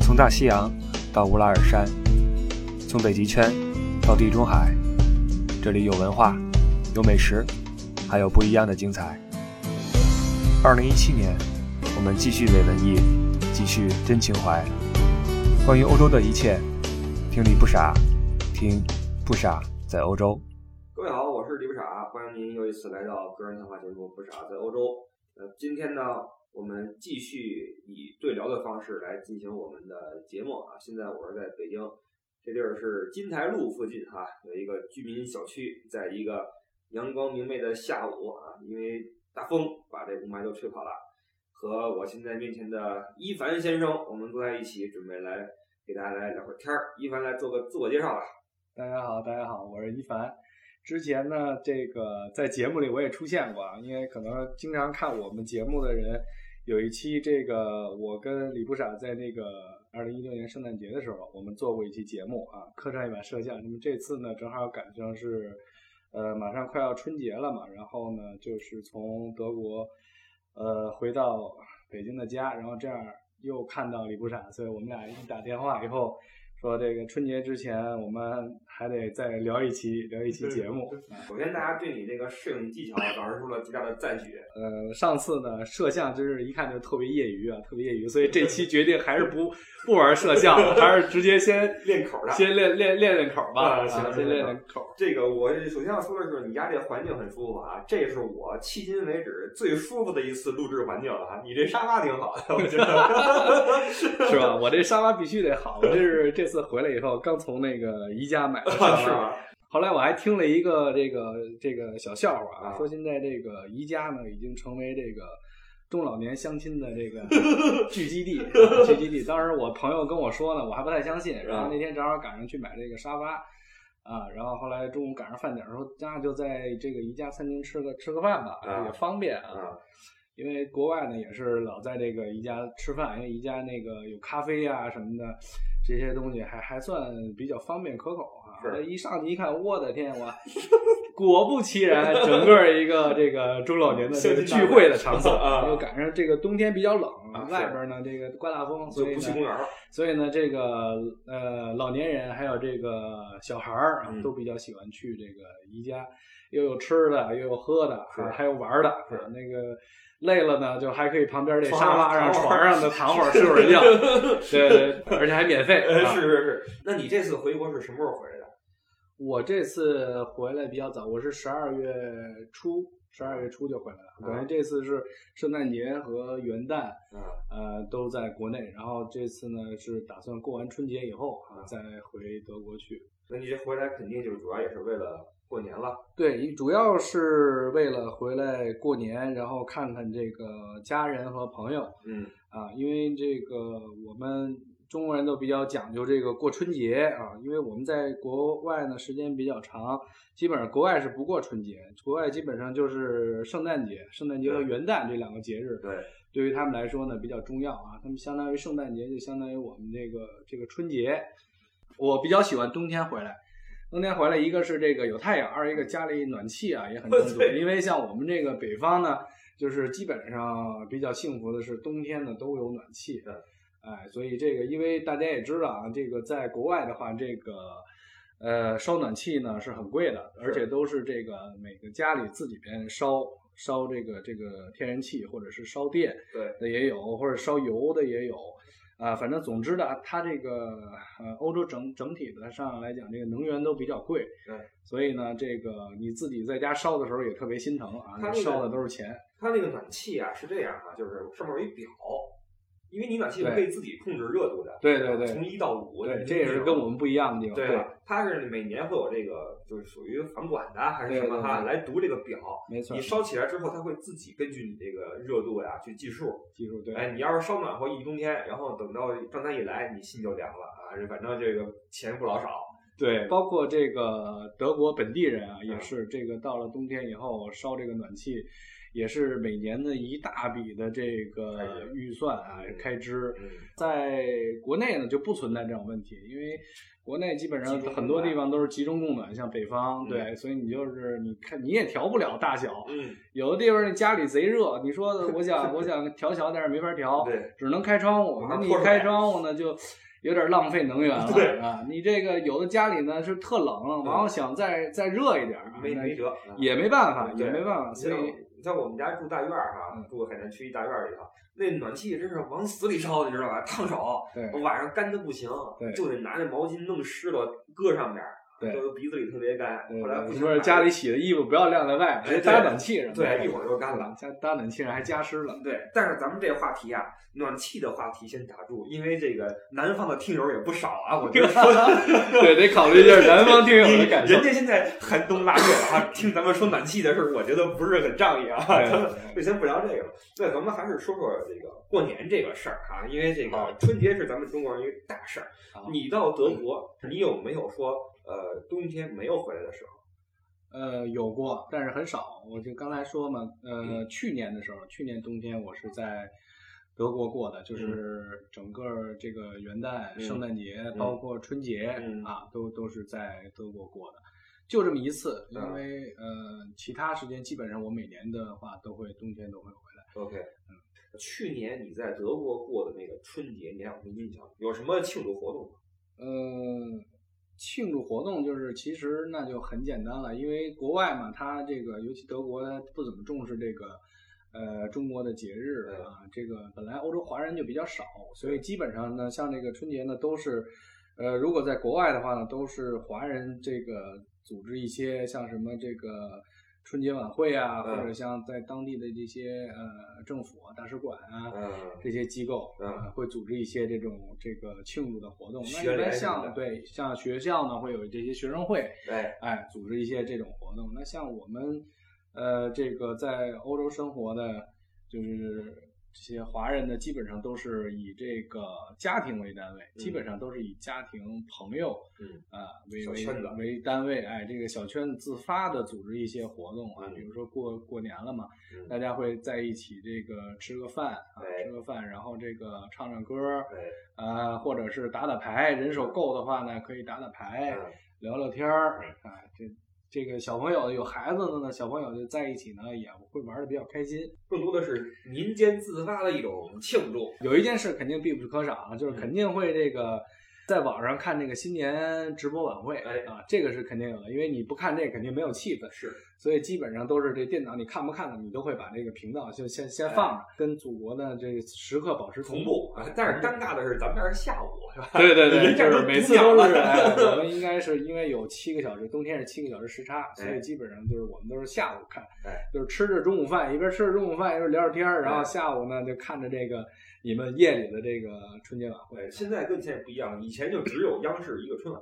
从大西洋到乌拉尔山，从北极圈到地中海，这里有文化，有美食，还有不一样的精彩。二零一七年，我们继续伪文艺，继续真情怀。关于欧洲的一切，听李不傻，听不傻在欧洲。各位好，我是李不傻，欢迎您又一次来到个人谈话节目《不傻在欧洲》。呃，今天呢，我们继续以对聊的方式来进行我们的节目啊。现在我是在北京，这地儿是金台路附近啊，有一个居民小区，在一个阳光明媚的下午啊，因为大风把这雾霾都吹跑了，和我现在面前的一凡先生，我们坐在一起，准备来给大家来聊会儿天儿。一凡来做个自我介绍吧。大家好，大家好，我是一凡。之前呢，这个在节目里我也出现过啊，因为可能经常看我们节目的人，有一期这个我跟李不傻在那个二零一六年圣诞节的时候，我们做过一期节目啊，客串一把摄像。那么这次呢，正好赶上是，呃，马上快要春节了嘛，然后呢，就是从德国，呃，回到北京的家，然后这样又看到李不傻，所以我们俩一打电话以后。说这个春节之前，我们还得再聊一期聊一期节目。首先，大家对你这个摄影技巧表示出了极大的赞许。呃，上次呢，摄像真是一看就特别业余啊，特别业余，所以这期决定还是不不玩摄像了，还是直接先 练口儿的。先练练练练口儿吧，啊行啊，行先练练口儿。这个我首先要说的是，你家这环境很舒服啊，这是我迄今为止最舒服的一次录制环境了啊。你这沙发挺好的，我觉 得是吧？我这沙发必须得好，我这是这次回来以后刚从那个宜 家买的沙是发。吧？后来我还听了一个这个这个小笑话啊啊，说现在这个宜家呢已经成为这个中老年相亲的 这个聚集地，啊聚集地。当时我朋友跟我说呢，我还不太相信。然啊后那天正好赶上去买这个沙发啊，然后后来中午赶上饭点儿说，那就在这个宜家餐厅吃个吃个饭吧，啊也方便啊。啊，因为国外呢也是老在这个宜家吃饭，因为宜家那个有咖啡啊什么的，这些东西还还算比较方便可口啊。是后来一上去一看，我的天，我果不其然，整个一个这个中老年的这个聚会 的场所啊又赶上这个冬天比较冷啊，是外边呢这个刮大风，就所以不去公呢，园了。所以呢这个呃老年人还有这个小孩儿啊嗯都比较喜欢去这个宜家。又有吃的，又有喝的，是还还有玩的。是啊那个累了呢，就还可以旁边这床沙发上上、躺会儿床上的躺会儿，睡会 儿觉。对对，而且还免费。呃，啊是是是。那你这次回国是什么时候回来的？我这次回来比较早，我是十二月初，十二月初就回来了。啊等于这次是圣诞节和元旦，啊，呃，都在国内。然后这次呢是打算过完春节以后啊啊，再回德国去。那你这回来肯定就是主要也是为了过年了。对，主要是为了回来过年，然后看看这个家人和朋友。嗯，啊，因为这个我们中国人都比较讲究这个过春节啊，因为我们在国外呢时间比较长，基本上国外是不过春节，国外基本上就是圣诞节、圣诞节和对元旦这两个节日，对，对于他们来说呢比较重要啊，他们相当于圣诞节就相当于我们这个这个春节。我比较喜欢冬天回来，冬天回来一个是这个有太阳，二一个家里暖气啊也很充足，对因为像我们这个北方呢，就是基本上比较幸福的是冬天呢都有暖气对，哎，所以这个因为大家也知道啊，这个在国外的话，这个呃烧暖气呢是很贵的，而且都是这个每个家里自己边烧烧这个这个天然气或者是烧电，对，的也有，或者烧油的也有，啊、反正总之呢，它这个呃，欧洲整整体的上来讲，这个能源都比较贵，对，所以呢，这个你自己在家烧的时候也特别心疼啊，它那个你烧的都是钱，它那个暖气啊是这样啊，就是上面有一表，因为你暖气是可以自己控制热度的。对对对从一到五。对，这也是跟我们不一样的地方，对，啊它是每年会有这个，就是属于房管的还是什么哈，对对对来读这个表。没错你，烧起来之后，它会自己根据你这个热度呀去计数。技术对，哎，你要是烧暖和一冬天，然后等到状态一来，你心就凉了啊。反正这个钱不老少。对，包括这个德国本地人啊，嗯也是这个到了冬天以后烧这个暖气，也是每年的一大笔的这开个支预算啊嗯开支。嗯在国内呢就不存在这种问题，因为国内基本上集中供很多暖地方都是集中供暖，像北方嗯对，所以你就是你看你也调不了大小，嗯，有的地方家里贼热，你说我想我想调小点儿没法调，对，啊只能开窗户，那马上你脱水开窗户呢就。有点浪费能源对了啊！你这个有的家里呢是特冷，对然后想再再热一点儿啊，没没那辙，也没办法，也对没办法，啊所所以以你像我们家住大院儿哈、嗯住海南区一大院儿里头，那暖气真是往死里烧，你知道吧？烫手，对我晚上干的不行对，就得拿那毛巾弄湿了搁上边儿，对就是鼻子里特别干。对后来对不你行说是家里洗的衣服不要晾在外哎面，直接对搭暖气上，对一会儿就干了。加搭暖气上还加湿了。对，但是咱们这话题啊，暖气的话题先打住，因为这个南方的听友也不少啊，我觉 得 对，得考虑一下南方听友的 感受。人家现在寒冬腊月了哈，听咱们说暖气的事儿，我觉得不是很仗义啊。对咱们就先不聊这个了，对，咱们还是说说这个过年这个事儿哈，因为这个啊春节是咱们中国人一个大事儿好。你到德嗯国，你有没有说呃冬天没有回来的时候？呃，有过，但是很少。我就刚才说嘛，呃，去年的时候，去年冬天我是在德国过的，就是整个这个元旦、嗯圣诞节，嗯包括春节、嗯啊，都都是在德国过的。就这么一次，因嗯为、呃，其他时间基本上我每年的话都会冬天都会回来。 OK，去嗯年你在德国过的那个春节，你还有什么印象？有什么庆祝活动吗？嗯，庆祝活动就是其实那就很简单了，因为国外嘛，它这个尤其德国，它不怎么重视这个呃中国的节日对啊。这个本来欧洲华人就比较少，所以基本上呢，像这个春节呢都是，呃，如果在国外的话呢，都是华人这个组织一些像什么这个。春节晚会啊，或者嗯像在当地的这些呃政府啊、大使馆啊，嗯，这些机构，嗯呃，会组织一些这种这个庆祝的活动。那学一般联什么像的对像学校呢，会有这些学生会，哎，哎，组织一些这种活动。那像我们，呃，这个在欧洲生活的，就是这些华人呢，基本上都是以这个家庭为单位，嗯基本上都是以家庭、朋友嗯啊、为小为圈子为单位，哎，这个小圈子自发的组织一些活动啊，嗯比如说过过年了嘛，嗯大家会在一起这个吃个饭啊，哎吃个饭，然后这个唱唱歌，哎，啊，或者是打打牌，人手够的话呢，可以打打牌，嗯聊聊天儿啊。这这个小朋友有孩子的呢，小朋友就在一起呢，也会玩的比较开心。更多的是民间自发的一种庆祝。有一件事肯定必不可少，啊就是嗯肯定会这个。在网上看这个新年直播晚会哎啊，这个是肯定有的，因为你不看这肯定没有气氛，是，所以基本上都是这电脑你看不看的，你都会把这个频道就先先放着，跟祖国的这时刻保持同哎步。步啊，嗯但是尴尬的是，咱们这是下午，是吧？对对对，人家 就是都每读次都秒是，了哎，我们应该是因为有七个小时，冬天是七个小时时差，所以哎基本上就是我们都是下午看，哎就是吃着中午饭，一边吃着中午饭，一边聊着天儿，然后哎下午呢就看着这个你们夜里的这个春节晚会对，。现在跟以前不一样，以前就只有央视一个春晚。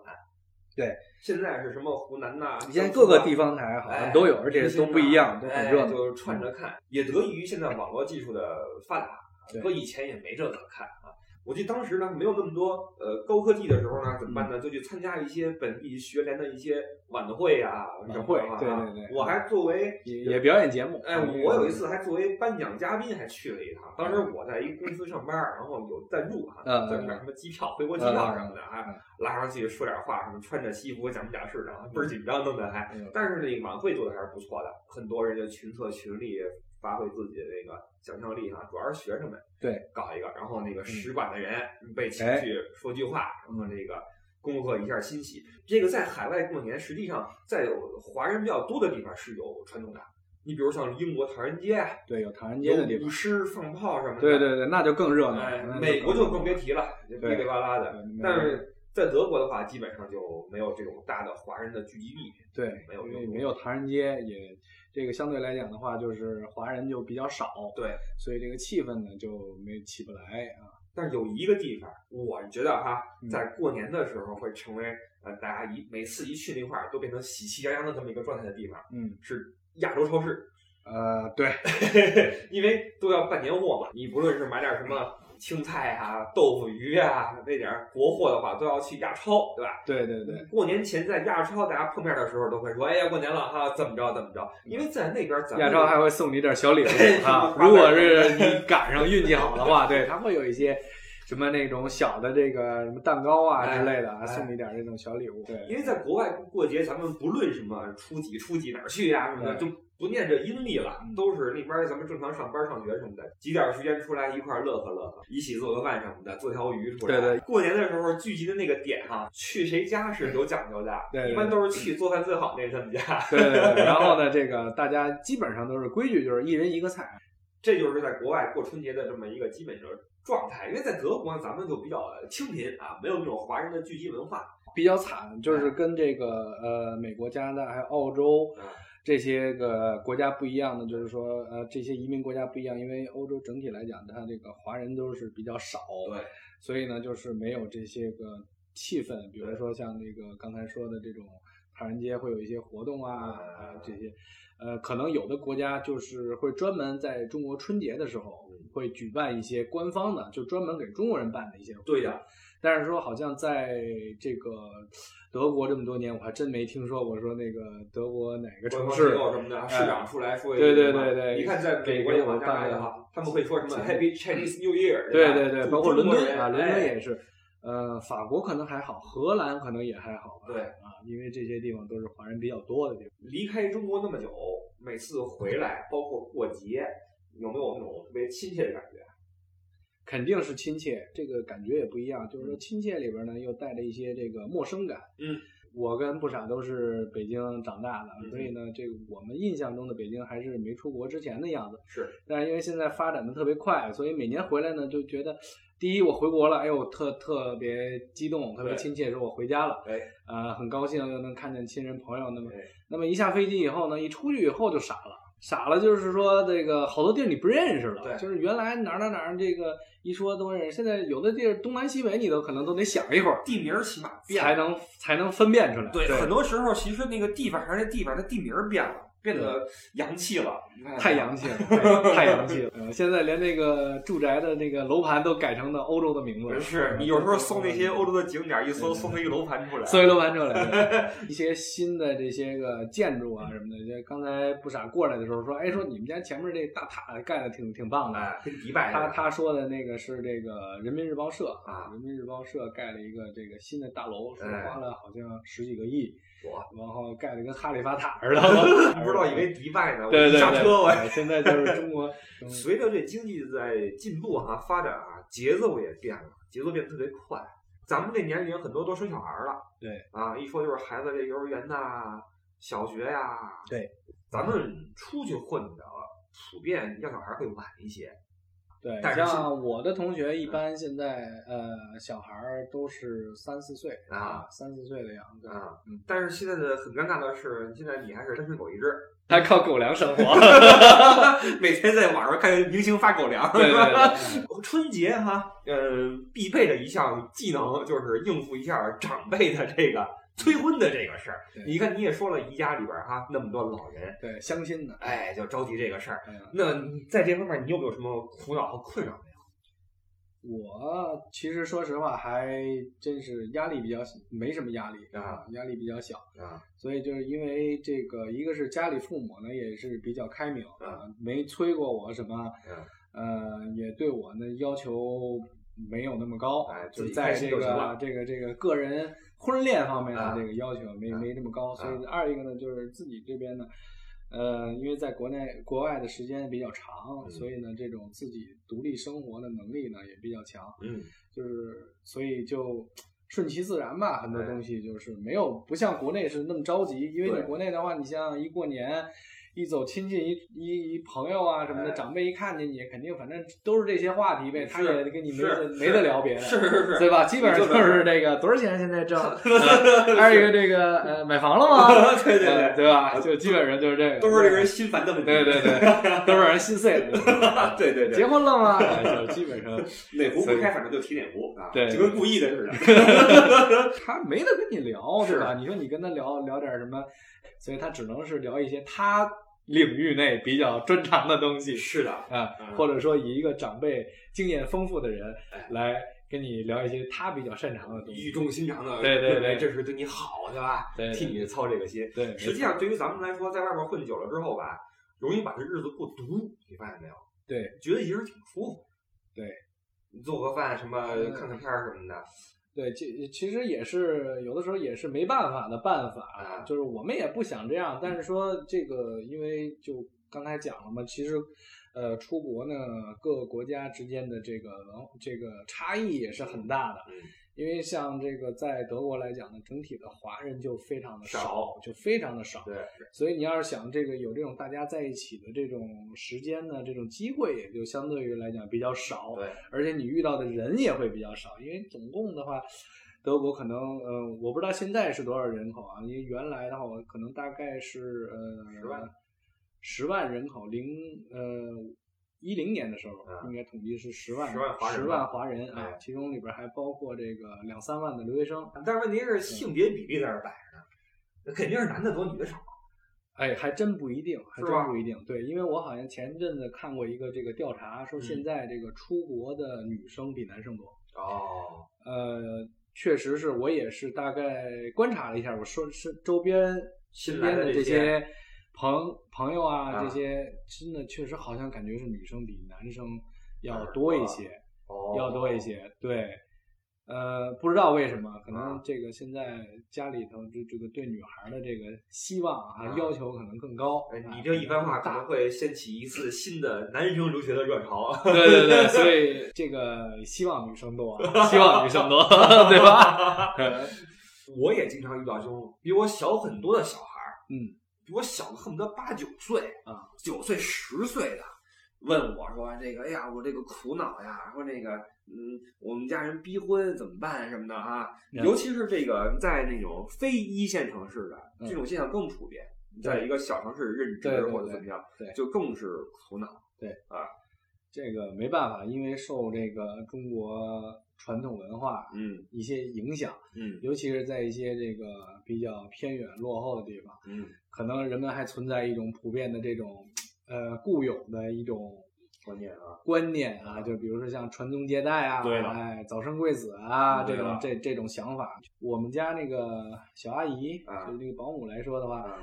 对，现在是什么湖南呐、啊以前各个地方台好像都有，而且都不一样，都很热哎闹。嗯就是串着看，也得益于现在网络技术的发达对，和以前也没这可看啊。我记得当时呢，没有那么多呃高科技的时候呢，怎么嗯办呢？就去参加一些本地学联的一些晚会啊，晚会什么啊对对对我还作为也也表演节目，哎，我有一次还作为颁奖嘉宾还去了一趟。当时我在一个公司上班，然后有赞助啊，嗯赞助点什么机票、回国机票什么的，嗯还拉上去说点话，什么穿着西服讲不讲事的，倍儿紧张，弄得还。嗯但是那个晚会做的还是不错的，很多人就群策群力，发挥自己的那个想象力啊，主要是学生们对搞一个，然后那个使馆的人被请嗯哎去说句话，然后这个。恭贺一下新喜，这个在海外过年，实际上在有华人比较多的地方是有传统的。你比如像英国唐人街，啊对有唐人街有的地舞方，狮、放炮什么的。对对对，那就更热闹哎了。那美国就更别热提了，就噼里啪啦闹了的。对嗯但是在德国的话，基本上就没有这种大的华人的聚集地。对，没有因这为种没有唐人街，也这个相对来讲的话，就是华人就比较少，对，所以这个气氛呢就没起不来啊。但是有一个地方，我觉得哈嗯，在过年的时候会成为呃大家一每次一去那块儿都变成喜气洋洋的这么一个状态的地方，嗯，是亚洲超 市。呃，对，因为都要办年货嘛，你不论是买点什么青菜啊、豆腐鱼啊那点儿国货的话，都要去亚超，对吧？对对对，过年前在亚超大家碰面的时候都会说，哎呀，过年了哈，怎么着怎么着？因为在那边咱们哎亚超还会送你点小礼对物啊什么。花如果瓣是你赶上运气好的话，对，他会有一些什么那种小的这个什么蛋糕啊之类的啊，哎送你点这种小礼物。因对，为在国外过节，咱们不论什么初几初几哪儿去呀、什么的，就对不念这阴历了嗯，都是那边儿咱们正常上班上学什么的，挤点儿时间出来一块儿乐呵乐呵，一起做个饭什么的，做条鱼出来。对对过年的时候聚集的那个点哈、去谁家是有讲究的，对对对一般都是去做饭最好那是他们家，对对对。然后呢，这个大家基本上都是规矩，就是一人一个菜。这就是在国外过春节的这么一个基本的状态。因为在德国咱们就比较清贫啊，没有那种华人的聚集文化，比较惨，就是跟这个呃美国、加拿大还有澳洲嗯这些个国家不一样的，就是说呃这些移民国家不一样，因为欧洲整体来讲，它这个华人都是比较少，对，所以呢就是没有这些个气氛，比如说像那个刚才说的这种唐人街会有一些活动啊啊、嗯这些，呃可能有的国家就是会专门在中国春节的时候嗯会举办一些官方的，就专门给中国人办的一些活动对呀但是说好像在这个德国这么多年，我还真没听说过说那个德国哪个官城方市哎机构什么的，市长出来说一对句对什么对对一看在美国给有往给我家来的办哈，他们会说什么钱 Happy Chinese New Year，对吧对对，祝包括中伦国敦人啊，伦敦哎也是。呃，法国可能还好，荷兰可能也还好吧。对啊，因为这些地方都是华人比较多的地方。离开中国那么久，每次回来，包括过节，有没有那种特别亲切的感觉？肯定是亲切，这个感觉也不一样。就是说亲切里边呢，又带着一些这个陌生感。嗯，我跟不傻都是北京长大的，嗯所以呢，这个我们印象中的北京还是没出国之前的样子。是，但是因为现在发展的特别快，所以每年回来呢，就觉得第一我回国了，哎呦，特特别激动，特别对亲切，说我回家了，哎呃，很高兴又能看见亲人朋友。那么哎，那么一下飞机以后呢，一出去以后就傻了。傻了，就是说这个好多地儿你不认识对了，就是原来哪儿哪儿哪儿这个一说都认识，现在有的地儿东南西北你都可能都得想一会儿地名起码才。能才能分辨出来。对，很多时候其实那个地方还是那地方，它地名变了，变得洋气了。你看 太洋气了，对太洋气了。呃现在连那个住宅的那个楼盘都改成了欧洲的名字了。是你有时候搜那些欧洲的景点，一搜搜出一楼盘出来。所以楼盘出来，对 一些新的这些个建筑啊什么的。就刚才不傻过来的时候说，哎，说你们家前面这大塔盖的挺挺棒的。哎，跟迪拜似他的他说的那个是这个人民日报社啊哎人民日报社盖了一个这个新的大楼，说花了好像十几个亿，哇，然后盖了跟哈利法塔似的 不知道以为迪拜呢，我对一对下车我对，现在就是 中国随着这经济在进步啊、发展啊，节奏也变了，节奏变得特别快。咱们这年龄很多都生小孩了，对啊，一说就是孩子这幼儿园呐、小学呀、对，咱们出去混的普遍要小孩会晚一些，对，但是嗯像我的同学一般现在呃小孩儿都是三四岁啊，三四岁的样子，啊嗯，但是现在的很尴尬的是，现在你还是单身狗一只，还靠狗粮生活， 每天在网上看见明星发狗粮，对是对吧对，春节哈，呃，必备的一项技能就是应付一下长辈的这个催婚的这个事儿对。你看，你也说了，宜家里边儿哈那么多老人，对相亲的，哎，就着急这个事儿。嗯。那你在这方面，你有没有什么苦恼和困扰没有？我其实说实话，还真是压力比较没什么压力啊，压力比较小，啊，所以就是因为这个，一个是家里父母呢也是比较开明啊，没催过我什么嗯，呃，也对我呢要求没有那么高哎，就自己是开在心这就行了个这个这个个人婚恋方面的啊这个要求没啊没这么高，所以啊二一个呢就是自己这边呢。呃，因为在国内、国外的时间比较长，嗯所以呢，这种自己独立生活的能力呢也比较强。嗯，就是所以就顺其自然吧，很多对东西就是没有不像国内是那么着急，因为对你国内的话，你像一过年。一走亲戚一一一朋友啊什么的，哎长辈一看见你，肯定反正都是这些话题呗，他是也跟你没是得没是得聊别的，是是对是，吧？基本上就就这事儿是这个多少钱啊 现在挣，呃 还有一个这个呃买房了吗？对对呃对，对吧？就基本上就是这个，都是令人心烦的问题。。对对对，都是让人心碎的 对对对结婚了吗？哎就基本上哪壶不开，反正就提哪壶啊，对就跟故意的似的。 他没得跟你聊，是对吧？你说你跟他聊聊点什么，所以他只能是聊一些他领域内比较专长的东西是的，啊嗯，或者说以一个长辈经验丰富的人哎来跟你聊一些他比较擅长的东语西。重心长的对对认为对这是对你好，对吧？对对替你操这个心。对，没实际错上，对于咱们来说，在外面混久了之后吧，容易把这日子过毒，你发现没有？对，觉得一人挺舒服。对，你做个饭什么，嗯看看片儿什么的，对，其其实也是有的时候也是没办法的办法，嗯就是我们也不想这样，但是说这个，因为就刚才讲了嘛，其实，呃，出国呢，各个国家之间的这个文这个差异也是很大的，嗯因为像这个在德国来讲呢，整体的华人就非常的少就非常的少，对，所以你要是想这个有这种大家在一起的这种时间呢，这种机会也就相对于来讲比较少，对，而且你遇到的人也会比较少，因为总共的话，德国可能呃，我不知道现在是多少人口啊，因为原来的话，我可能大概是呃10万，十万人口，零呃一零年的时候、嗯应该统计是十万10万华人10万华人啊哎，其中里边还包括这个两三万的留学生，但是问题是性别比例在那儿摆着呢，那肯定是男的多，女的少。哎，还真不一定，还是吧真不一定。对，因为我好像前阵子看过一个这个调查，嗯说现在这个出国的女生比男生多。哦，呃，确实是我也是大概观察了一下，我说是周边新身来的边的这这些些朋朋友啊，啊这些真的确实好像感觉是女生比男生要嗯多多一了些，哦要多一。些。对，呃，不知道为什么，可啊能这个现在家里头这这个对女孩的这个希望啊，啊要求可能更高哎。你啊这一番话可大能会掀起一次新的男生留学的热潮，对对对，所以这个希望女生 多啊，希望女生多， 对吧？吧？ 我也经常遇到这种比我小很多的小孩儿，嗯，比我小个恨不得八九岁啊，九岁十岁的，问我说这个，哎呀，我这个苦恼呀，说这个，嗯，我们家人逼婚怎么办什么的啊，嗯尤其是这个在那种非一线城市的嗯这种现象更普遍，对在一个小城市任对职对或者对怎么样，对就更是苦恼。这个没办法，因为受这个中国传统文化嗯一些影响，嗯尤其是在一些这个比较偏远落后的地方，嗯，可能人们还存在一种普遍的这种呃固有的一种关键啊，观念啊，就比如说像传宗接代啊，对了哎，早生贵子啊，对这了种这这种想法。我们家那个小阿姨，啊就是那个保姆来说的话，啊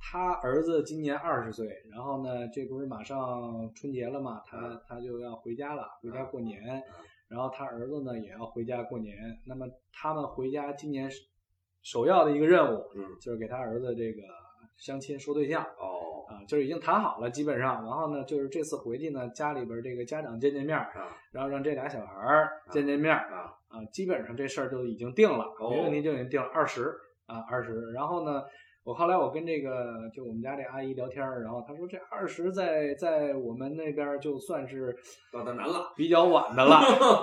她儿子今年二十岁，然后呢，这不是马上春节了嘛，她她就要回家了，回家过年，然后她儿子呢也要回家过年。那么他们回家今年是首要的一个任务，嗯就是给他儿子这个相亲说对象。哦啊，就是已经谈好了，基本上。然后呢，就是这次回去呢，家里边这个家长见见面儿，啊然后让这俩小孩儿见见面儿啊啊，基本上这事儿就已经定了，哦没问题就已经定了二十啊二十。然后呢，我后来我跟这个就我们家这阿姨聊天儿，然后她说这二十在在我们那边儿就算是到咱难了，比较晚 的了，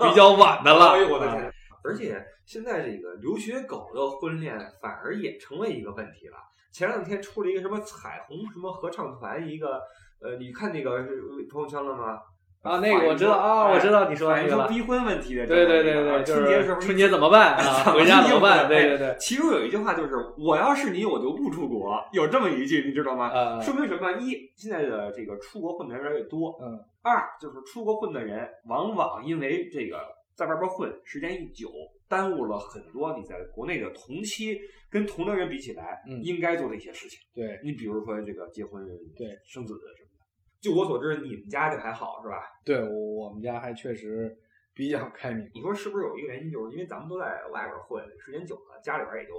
比较晚的了。哎呦我的啊天！而且现在这个留学狗的婚恋反而也成为一个问题了。前两天出了一个什么彩虹什么合唱团，一个呃，你看那个呃朋友圈了吗？啊，那个我知道啊，我知道你说的哎反那映个出了。逼婚问题的这对么对一个，对啊对，就春节时是候哎春节怎么 办啊？回家怎么办？对对对，其中有一句话就是“我要是你，我就不出国”，有这么一句，你知道吗？呃，说明什么？一，现在的这个出国混的人越来越多；嗯。二，就是出国混的人往往因为这个在外边混时间一久，耽误了很多你在国内的同期跟同龄人比起来、嗯应该做的一些事情。对，你比如说这个结婚、对生子什么的。就我所知，你们家这还好是吧？对我我们家还确实比较开明，你说是不是有一个原因，就是因为咱们都在外边混，时间久了，家里边也就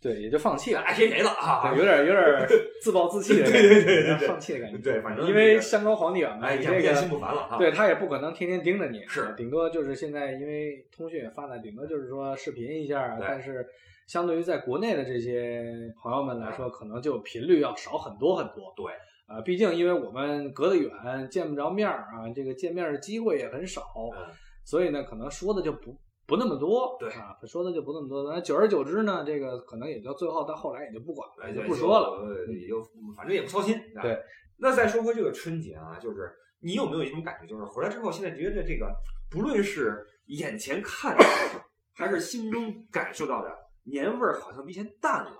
对，也就放弃了，爱谁谁了啊对，。有点有 点自暴自弃的感觉，对对对对有点放弃的感觉，对反正因这为个山高皇帝远嘛，哎，你也这变心个不烦了啊。对他也不可能天天盯着你，啊是顶多就是现在因为通讯也发达，顶多就是说视频一下，对但是相对于在国内的这些朋友们来哎说，可能就频率要少很多很多，对。啊，毕竟因为我们隔得远，见不着面儿啊，这个见面儿的机会也很少，嗯所以呢，可能说的就不不那么多，对啊，说的就不那么多。那久而久之呢，这个可能也就最后到后来也就不管了，哎也就不说了。，嗯就也就反正也不操心。吧对，那再说回这个春节啊，就是你有没有一种感觉，就是回来之后，现在觉得这个不论是眼前看到的，还是心中感受到的，年味儿好像比以前淡了。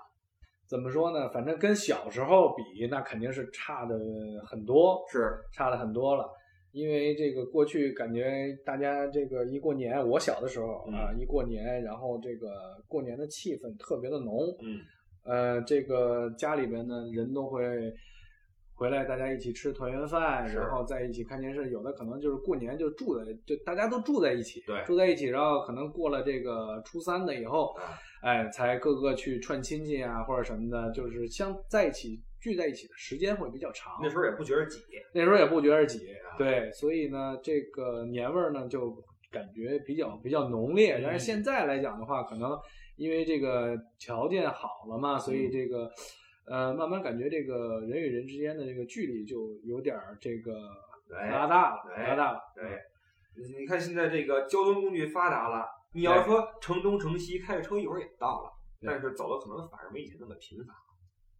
怎么说呢？反正跟小时候比，那肯定是差的很多，是差了很多了。因为这个过去感觉大家这个一过年，我小的时候啊，一过年，然后这个过年的气氛特别的浓，嗯呃，这个家里边呢人都会回来，大家一起吃团圆饭，是然后在一起看电视。有的可能就是过年就住在，就大家都住在一起，对住在一起，然后可能过了这个初三的以后，啊哎，才各个去串亲戚啊或者什么的，就是相在一起聚在一起的时间会比较长。那时候也不觉得挤，那时候也不觉得挤，对，所以呢，这个年味儿呢就感觉比较比较浓烈。嗯但是现在来讲的话，可能因为这个条件好了嘛，所嗯以这个呃，慢慢感觉这个人与人之间的这个距离就有点儿这个对拉大了，哎拉大了。对，你你看现在这个交通工具发达了，你要说城东城西开着车一会儿也到了，对但是走的可能反而没以前那么频繁。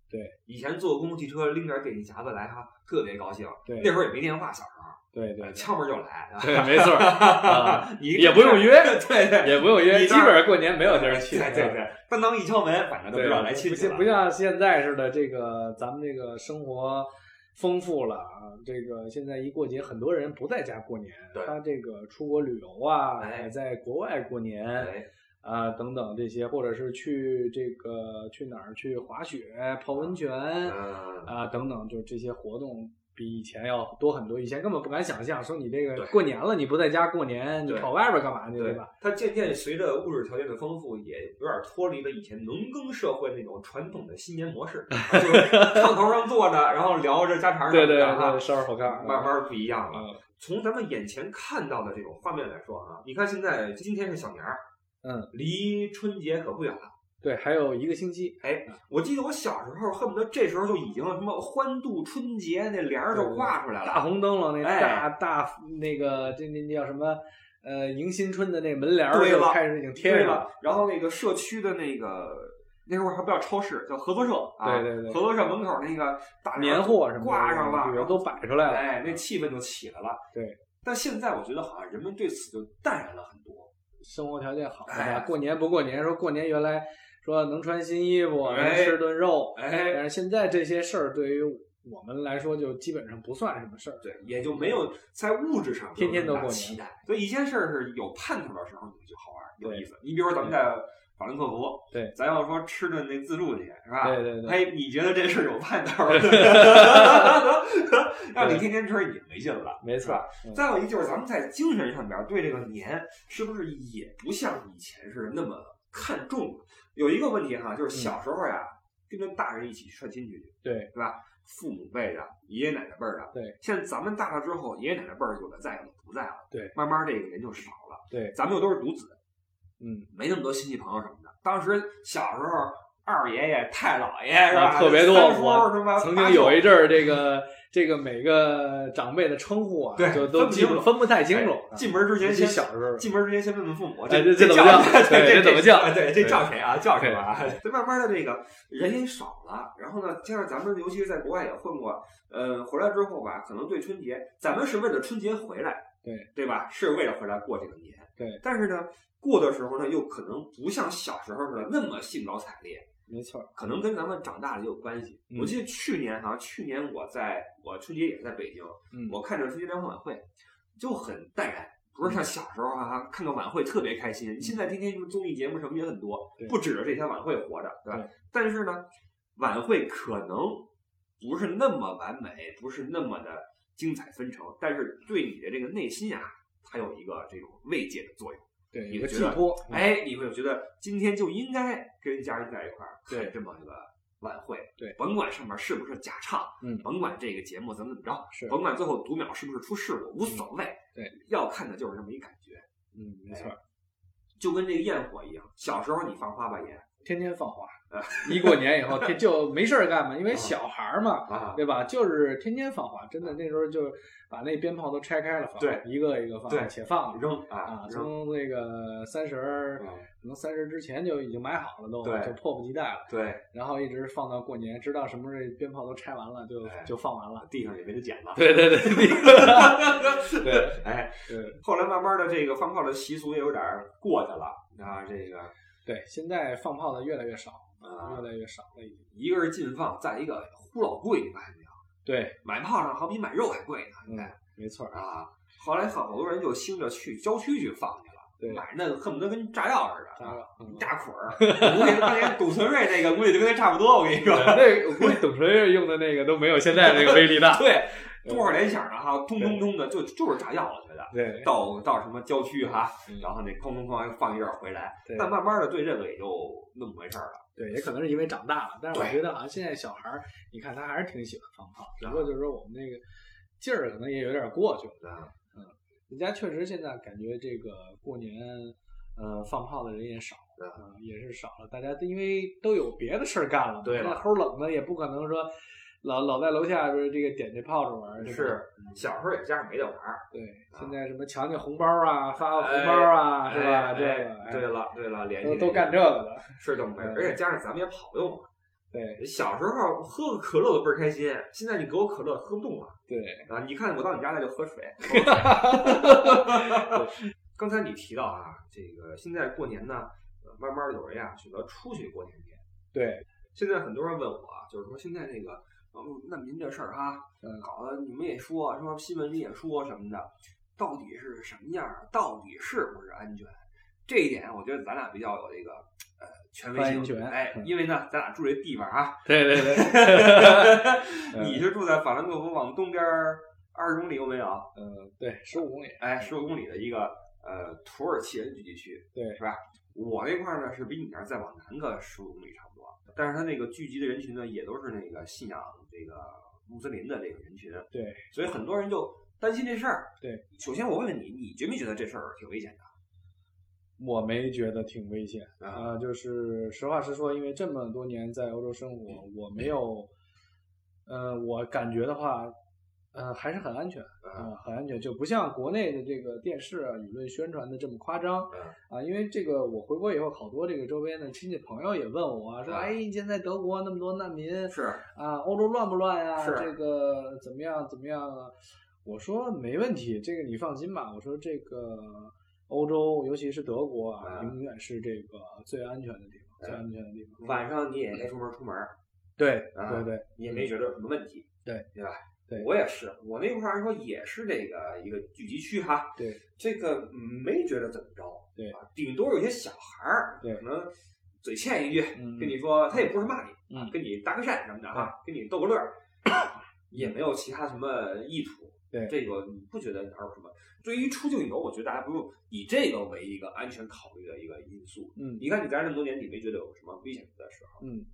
对，以前坐公共汽车拎点电线匣子来哈，特别高兴。对那时候也没电话，小时候对 对敲门就来。对， 没错儿，啊 你也不用约对对，也不用约，你基这儿本上过年没有地儿去。嗯对对对，当当一敲门，反正都不知道来亲戚对了。不像现在似的，这个咱们这个生活丰富了啊。这个现在一过节，很多人不在家过年对，他这个出国旅游啊，哎还在国外过年哎啊、等等这些，或者是去这个去哪儿去滑雪、泡温泉啊、嗯，等等，就这些活动。比以前要多很多，以前根本不敢想象，说你这个对过年了，你不在家过年，你对跑外边干嘛去，对对吧？？它渐渐随着物质条件的丰富，也有点脱离了以前农耕社会那种传统的新年模式，就是炕头上坐着，然后聊着家 常什么对对的对，哈，烧啊火炕，慢慢不一样了。嗯从咱们眼前看到的这种画面来说啊，你看现在今天是小年儿，嗯，离春节可不远了。对，还有一个星期，我记得我小时候恨不得这时候就已经什么欢度春节那帘儿就挂出来大了，红灯笼那哎大、大那个这那那叫什么？呃，迎新春的那门帘儿对就了开始已经贴对上了。然后那个社区的那个那会儿还不叫超市，叫合作社啊，对对对合作社门口那个大年货什么的挂上了，旅游都摆出来了。哎，那气氛就起来了。对，但现在我觉得好像人们对此就淡然了很多。生活条件好了，哎过年不过年，说过年原来说能穿新衣服，能哎吃顿肉，哎，但是现在这些事儿对于我们来说就基本上不算什么事儿。对，也就没有在物质上天天都过有那么大年期待。所以一件事儿是有盼头的时候，你就好玩儿有对意思。你比如说咱们在法兰克福，对咱要说吃顿那自助去，是吧？对对对哎，你觉得这事儿有盼 头儿？让你天天吃，你没劲了。没错，嗯再有一个就是咱们在精神上边儿对这个年是不是也不像以前是那么看重了？有一个问题哈，嗯就是小时候呀，跟着大人一起去串亲戚去，对父母辈的、爷爷奶奶辈儿的，对，现在咱们大了之后，爷爷奶奶辈儿有的在，有的不在了，对，慢慢这个人就少了，对，咱们又都是独子，嗯，没那么多亲戚朋友什么的。当时小时候，二爷爷、太姥爷是吧，啊特别多三叔我是吧？曾八经舅有一阵儿，这个这个每个长辈的称呼啊，对就分都不记清不楚分不太清楚。哎进门之前尤其先小时候，进门之前先问问父母，哎这这这怎么叫？叫对，对这怎么叫哎 对，对这叫谁啊？叫什么啊？这 慢慢的这个人也少了，然后呢，加上咱们尤其是在国外也混过，呃，回来之后吧，可能对春节，咱们是为了春节回来，对对吧？是为了回来过这个年，对。但是呢，过的时候呢，又可能不像小时候似的那么兴高采烈，没错，可能跟咱们长大了也有关系。嗯我记得去年好像去年我在我春节也在北京，嗯，我看着春节联欢晚会就很淡然，不是嗯像小时候啊，看个晚会特别开心。现在天天什么综艺节目什么也很多对，不指着这些晚会活着，对吧？对但是呢，晚会可能不是那么完美，不是那么的精彩纷呈，但是对你的这个内心啊，它有一个这种慰藉的作用。对，你有个觉寄得托，哎，你会觉得今天就应该跟家人在一块儿对看这么个晚会，对甭管上面是不是假唱，嗯甭管这个节目怎么怎么着，是甭管最后读秒是不是出事故，无所谓。对，要看的就是这么一感觉，嗯，没错，就跟这个焰火一样。小时候你放花瓣烟天天放花啊，一过年以后天就没事儿干嘛，因为啊小孩儿嘛，啊，对吧？就是天天放花，真的那时候就把那鞭炮都拆开了放，对，一个一个放，对且放扔啊啊，扔，从那个三十儿，嗯可能三十之前就已经买好了都，对就迫不及待了，对，然后一直放到过年，直到什么时候鞭炮都拆完了，就哎就放完了。地上也没得捡了。对对对 对对哎，对后来慢慢的这个放炮的习俗也有点儿过去了啊，这个对，现在放炮的越来越少，啊越来越少了已经。一个是劲放，再一个齁老贵，你发现没有？对，买炮仗好比买肉还贵呢，你嗯看、，没错儿，啊。后来好多人就兴着去郊区去放去了，对买那个恨不得跟炸药似的，啊炸药嗯炸捆儿。我估计当年董存瑞那个估计就跟那差不多，我跟你 说。那我估计董存瑞用的那个都没有现在这个威力大。对，多少联想的啊哈，咚咚咚的，就就是炸药，我觉得。 对，到到什么郊区哈，嗯然后那哐哐哐放一阵儿回来，对但慢慢的对这个也就那么回事儿了。对，也可能是因为长大了，但是我对觉得好像现在小孩儿，你看他还是挺喜欢放炮，只不过就是说我们那个劲儿可能也有点儿过去了。啊，嗯人家确实现在感觉这个过年，呃，放炮的人也少，嗯啊，也是少了。大家都因为都有别的事儿干了嘛，对了那齁冷的也不可能说老老在楼下边这个点这炮着玩儿，对吧是嗯小时候也家里没得玩儿，对啊。现在什么抢抢红包啊，发个红包啊，是吧？哎这哎个哎对了对了，联系都联系都干这个了，是这么回事儿，嗯而且加上咱们也跑不动了。对小时候喝个可乐都倍儿开心，现在你给我可乐喝不动了对，啊！你看我到你家来就喝 水。刚才你提到啊，这个现在过年呢，呃慢慢有人呀选择出去过年去。对，现在很多人问我啊，就是说现在这个，嗯，那您这事儿哈，嗯搞得你们也说，说新闻里也说什么的，到底是什么样儿？到底是不是安全？这一点，我觉得咱俩比较有这个呃权威发性。言权哎，嗯因为呢，咱俩住这地方 啊，对对 对，你是住在法兰克福往东边儿二十公里有没有？嗯，对，十五公里，哎，十五公里的一个呃土耳其人聚集区，对是吧？我那块儿呢是比你那儿再往南个十五公里差不多，但是它那个聚集的人群呢，也都是那个信仰这个穆斯林的这个人群，对，所以很多人就担心这事儿。对，首先我问问你，你觉没觉得这事儿挺危险的？我没觉得挺危险啊啊、就是实话实说，因为这么多年在欧洲生活，我没有，呃，我感觉的话，呃，还是很安全啊、很安全，就不像国内的这个电视啊、舆论宣传的这么夸张嗯啊。因为这个我回国以后，好多这个周边的亲戚朋友也问我啊，说，啊哎，现在德国那么多难民是，啊，欧洲乱不乱呀、是这个怎么样怎么样啊？我说没问题，这个你放心吧。我说这个欧洲，尤其是德国啊，嗯永远是这个最安全的地方，哎最安全的地方。晚上你也该出门出门，对啊对对你也没觉得有什么问题，对对吧？对我也是，我那块儿说也是这个一个聚集区哈，对，这个嗯没觉得怎么着，对啊，顶多有些小孩儿，对可能嘴欠一句，嗯跟你说他也不是骂你，啊嗯跟你搭个讪什么的哈，跟你逗个乐儿，也没有其他什么意图，对这个你不觉得哪儿有什么？对于出境游，我觉得大家不用以这个为一个安全考虑的一个因素。嗯你看你在这么多年，你没觉得有什么危险的时候？嗯，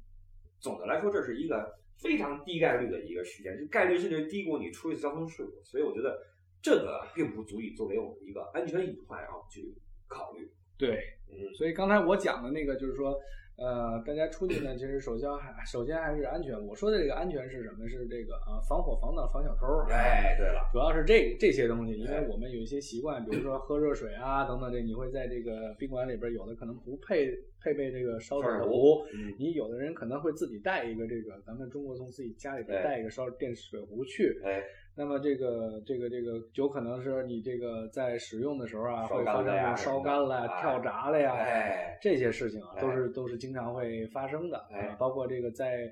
总的来说，这是一个非常低概率的一个事件，这概率甚至低过你出一次交通事故，所以我觉得这个并不足以作为我们一个安全隐患然后去考虑。对。嗯，所以刚才我讲的那个就是说，呃，大家出去呢，其实首先还首先还是安全。我说的这个安全是什么？是这个啊，防火、防盗、防小偷。。哎，对了，主要是这这些东西，因哎为我们有一些习惯，比如说喝热水啊等等这，你会在这个宾馆里边有的可能不配配备这个烧水烧水壶，嗯，你有的人可能会自己带一个这个，咱们中国从自己家里边对带一个烧电水壶去，哎，那么这个这个这个有可能是你这个在使用的时候啊，烧会干发了呀什生么的烧干了呀、哎跳闸了呀，哎，这些事情啊哎，都是都是经常会发生的，哎啊包括这个在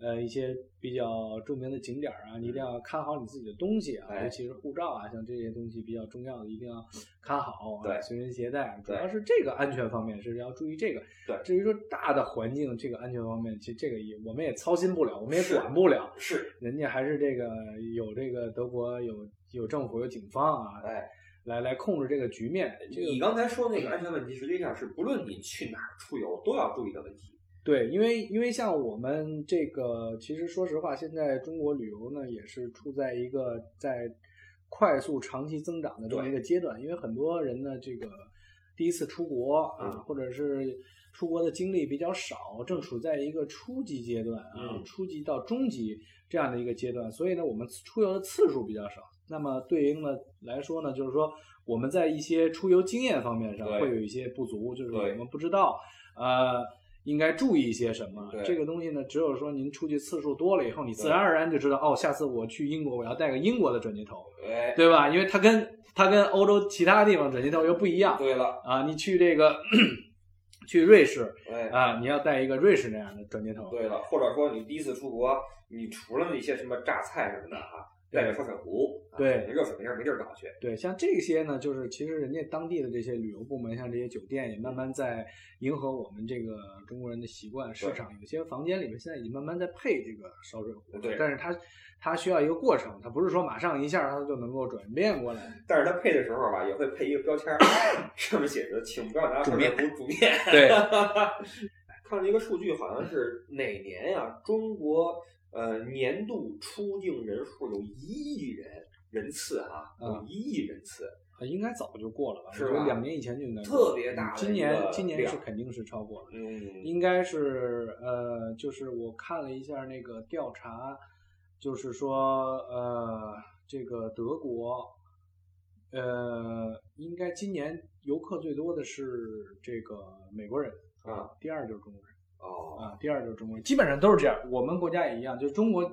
呃一些比较著名的景点儿啊，你一定要看好你自己的东西啊，嗯哎尤其是护照啊，像这些东西比较重要的，一定要看好，啊对随身携带，主对要是这个安全方面是要注意这个。对至于说大的环境这个安全方面，其实这个也我们也操心不了，我们也是管不了，是，人家还是这个有这个德国有有政府有警方啊，哎，来来控制这个局面。这个你刚才说那个安全问题，实际上是不论你去哪儿出游都要注意的问题。对，因为因为像我们这个，其实说实话，现在中国旅游呢也是处在一个在快速长期增长的这么一个阶段，因为很多人呢这个第一次出国啊，嗯或者是出国的经历比较少，正处在一个初级阶段啊，嗯初级到中级这样的一个阶段，所以呢，我们出游的次数比较少。那么对应的来说呢，就是说我们在一些出游经验方面上对会有一些不足，就是我对们不知道呃，应该注意一些什么对？这个东西呢，只有说您出去次数多了以后，你自然而然就知道，哦，下次我去英国，我要带个英国的转接头，哎，对吧？因为它跟它跟欧洲其他地方转接头又不一样对了，啊。你去这个 去瑞士哎，啊，你要带一个瑞士那样的转接头，对了，或者说你第一次出国，你除了那些什么榨菜什么的啊，带着烧水壶，啊对你热水瓶儿没地儿搞去，对，像这些呢，就是其实人家当地的这些旅游部门，像这些酒店也慢慢在迎合我们这个中国人的习惯。市对场有些房间里面现在已经慢慢在配这个烧水壶了，对但是它它需要一个过程，它不是说马上一下它就能够转变过来。但是它配的时候吧，也会配一个标签儿，上面写着“请不要拿烧水壶煮面”。对，看了一个数据，好像是哪年呀、中国呃年度出境人数有一亿人人次啊，嗯有一亿人次，呃应该早就过了吧？是我觉得吧两年以前就应该过特了别大嗯的今一年个今年是量肯定是超过了。嗯，应该是呃，就是我看了一下那个调查，就是说呃，这个德国，呃，应该今年游客最多的是这个美国人啊，第二就是中国人哦，啊，第二就是中国人，基本上都是这样，我们国家也一样，就中国，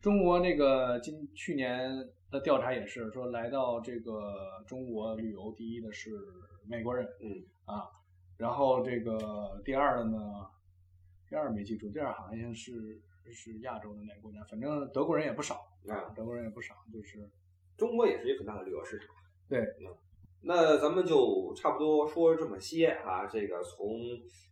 中国那个今去年的调查也是说，来到这个中国旅游第一的是美国人。啊嗯，然后这个第二的呢，第二没记住，第二好像是是亚洲的哪个国家，反正德国人也不少，啊，德国人也不少，就是中国也是一个很大的旅游市场。对嗯，那咱们就差不多说这么些啊，这个从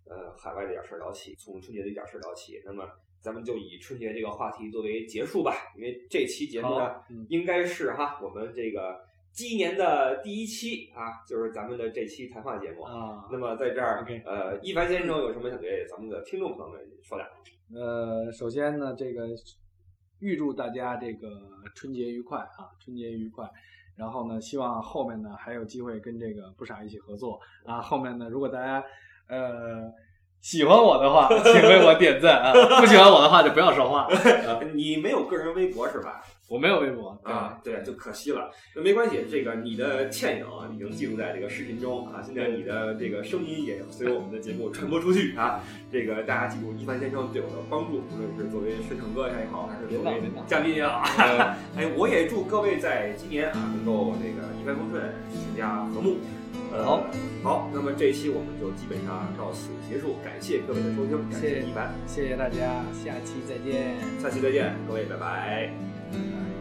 呃海外这点事儿聊起，从春节这点事儿聊起，那么咱们就以春节这个话题作为结束吧，因为这期节目呢。好，嗯，应该是哈，我们这个鸡年的第一期啊，就是咱们的这期谈话节目。啊，那么在这儿 OK 呃，一凡先生有什么想对咱们的听众朋友们说的？呃，首先呢，这个预祝大家这个春节愉快啊，春节愉快。然后呢，希望后面呢还有机会跟这个不傻一起合作啊。后面呢，如果大家呃喜欢我的话，请为我点赞啊；不喜欢我的话，就不要说话。 啊呃你没有个人微博是吧？我没有微博啊对，嗯就可惜了。那没关系，这个你的倩影啊已经记录在这个视频中啊，现在你的这个声音也随我们的节目传播出去啊。这个大家记住，一凡先生对我的帮助，无论是作为说唱歌也好，还是作为嘉宾也好，哎，我也祝各位在今年啊能够这个一帆风顺，全家和睦。呃好，好，那么这一期我们就基本上到此结束，感谢各位的收听，感谢谢谢一凡，谢谢大家，下期再见。下期再见，各位，拜拜。拜拜